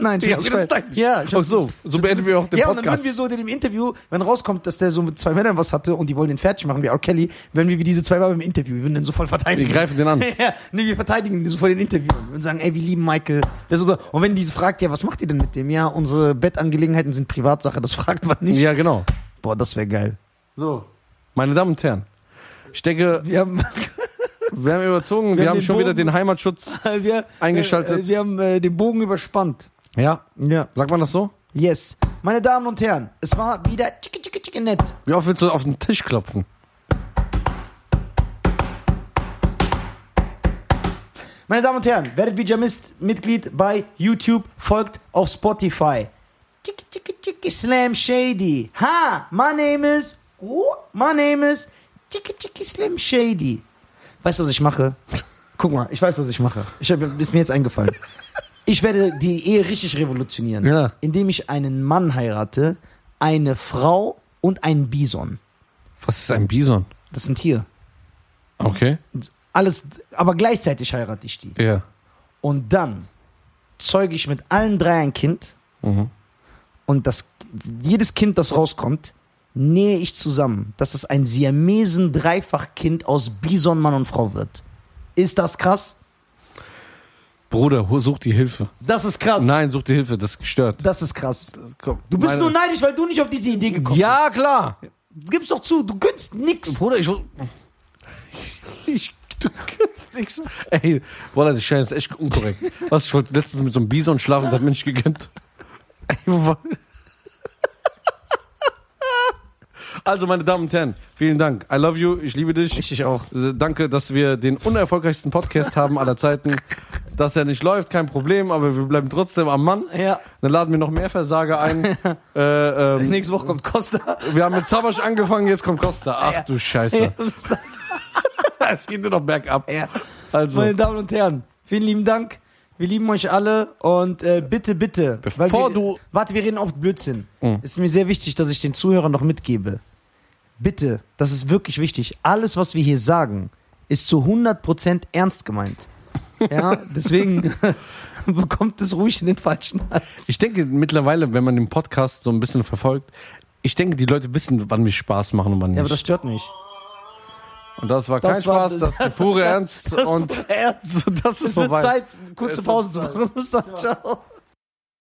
C: Nein, ich
B: Ja, okay,
C: weiß, ich
B: das
C: weiß.
B: ist dein-
C: ja, ich
B: Ach so, so beenden wir auch den
C: ja, und dann würden
B: Podcast.
C: wir so in dem Interview, wenn rauskommt, dass der so mit zwei Männern was hatte und die wollen den fertig machen, wie R. Kelly, wenn wir wie diese zwei Männer im Interview, wir würden den so voll verteidigen.
B: Wir greifen den an.
C: ja, nee, wir verteidigen den so vor den Interviewen und sagen, ey, wir lieben Michael. Das ist so. Und wenn diese fragt, ja, was macht ihr denn mit dem? Ja, unsere Bettangelegenheiten sind Privatsache, das fragt man nicht.
B: Ja, genau.
C: Boah, das wäre geil.
D: So.
B: Meine Damen und Herren, ich denke,
C: Wir haben,
B: wir haben überzogen. Wir,
C: haben
B: haben
C: den
B: schon wieder
C: Bogen-
B: den Heimatschutz.
C: wir,
B: Eingeschaltet.
C: äh, wir haben äh, den Bogen überspannt.
B: Ja,
C: Ja.
B: sagt man das so?
C: Yes. Meine Damen und Herren, es war wieder tschicke, tschicke, tschicke nett.
B: Wie oft willst du auf den Tisch klopfen?
C: Meine Damen und Herren, werdet Bijamist-Mitglied bei YouTube, folgt auf Spotify. Tschicki, tschicki, tschicki, Slam Shady. Ha, my name is. Oh, my name is. Tschicki, tschicki, Slam Shady. Weißt du, was ich mache? Guck mal, ich weiß, was ich mache. Ich hab, ist mir jetzt eingefallen. Ich werde die Ehe richtig revolutionieren,
B: Ja.
C: indem ich einen Mann heirate, eine Frau und einen Bison.
B: Was ist ein Bison?
C: Das sind hier.
B: Okay.
C: Alles, aber gleichzeitig heirate ich die.
B: Ja.
C: Und dann zeuge ich mit allen drei ein Kind.
B: Mhm.
C: Und das, jedes Kind, das rauskommt, nähe ich zusammen, dass es ein Siamesen Dreifachkind aus Bison, Mann und Frau wird. Ist das krass?
B: Bruder, hu- such die Hilfe.
C: Das ist krass.
B: Nein, such die Hilfe, das ist gestört.
C: Das ist krass.
B: Komm,
C: Du bist
B: meine-
C: nur neidisch, weil du nicht auf diese Idee gekommen
B: Ja, klar.
C: bist. Gib's doch zu, du gönnst nix.
B: Bruder, ich. ich du kannst nichts. Ey, Wallah, die Schein ist echt unkorrekt. Was, ich wollte letztens mit so einem Bison schlafen, das hat mir nicht gegönnt. Also, meine Damen und Herren, vielen Dank. I love you, ich liebe dich.
C: Richtig auch.
B: Äh, Danke, dass wir den unerfolgreichsten Podcast haben aller Zeiten. Dass er nicht läuft, kein Problem, aber wir bleiben trotzdem am Mann.
C: Ja.
B: Dann laden wir noch mehr Versager ein. äh, ähm,
C: Nächste Woche kommt Costa.
B: wir haben mit Zabasch angefangen, jetzt kommt Costa. Ach du Scheiße. es geht nur noch bergab.
C: Ja.
B: Also,
C: Meine Damen und Herren, vielen lieben Dank. Wir lieben euch alle und äh, bitte, bitte.
B: Bevor
C: weil wir,
B: du- Mhm.
C: Warte, wir reden oft Blödsinn. Ist mir sehr wichtig, dass ich den Zuhörern noch mitgebe. Bitte, das ist wirklich wichtig. Alles, was wir hier sagen, ist zu 100% ernst gemeint. Ja, deswegen bekommt es ruhig in den falschen Hals.
B: ich denke mittlerweile, wenn man den Podcast so ein bisschen verfolgt, ich denke, die Leute wissen, wann wir Spaß machen und wann nicht.
C: Ja, aber das stört mich.
B: und das war kein
C: das war-
B: Spaß, das, ist die pure Ernst.
C: Das
B: und
C: war ernst.
B: so, das ist
C: Es wird
B: vorbei.
C: Zeit, kurze Pause zu machen. Bis dann, ciao.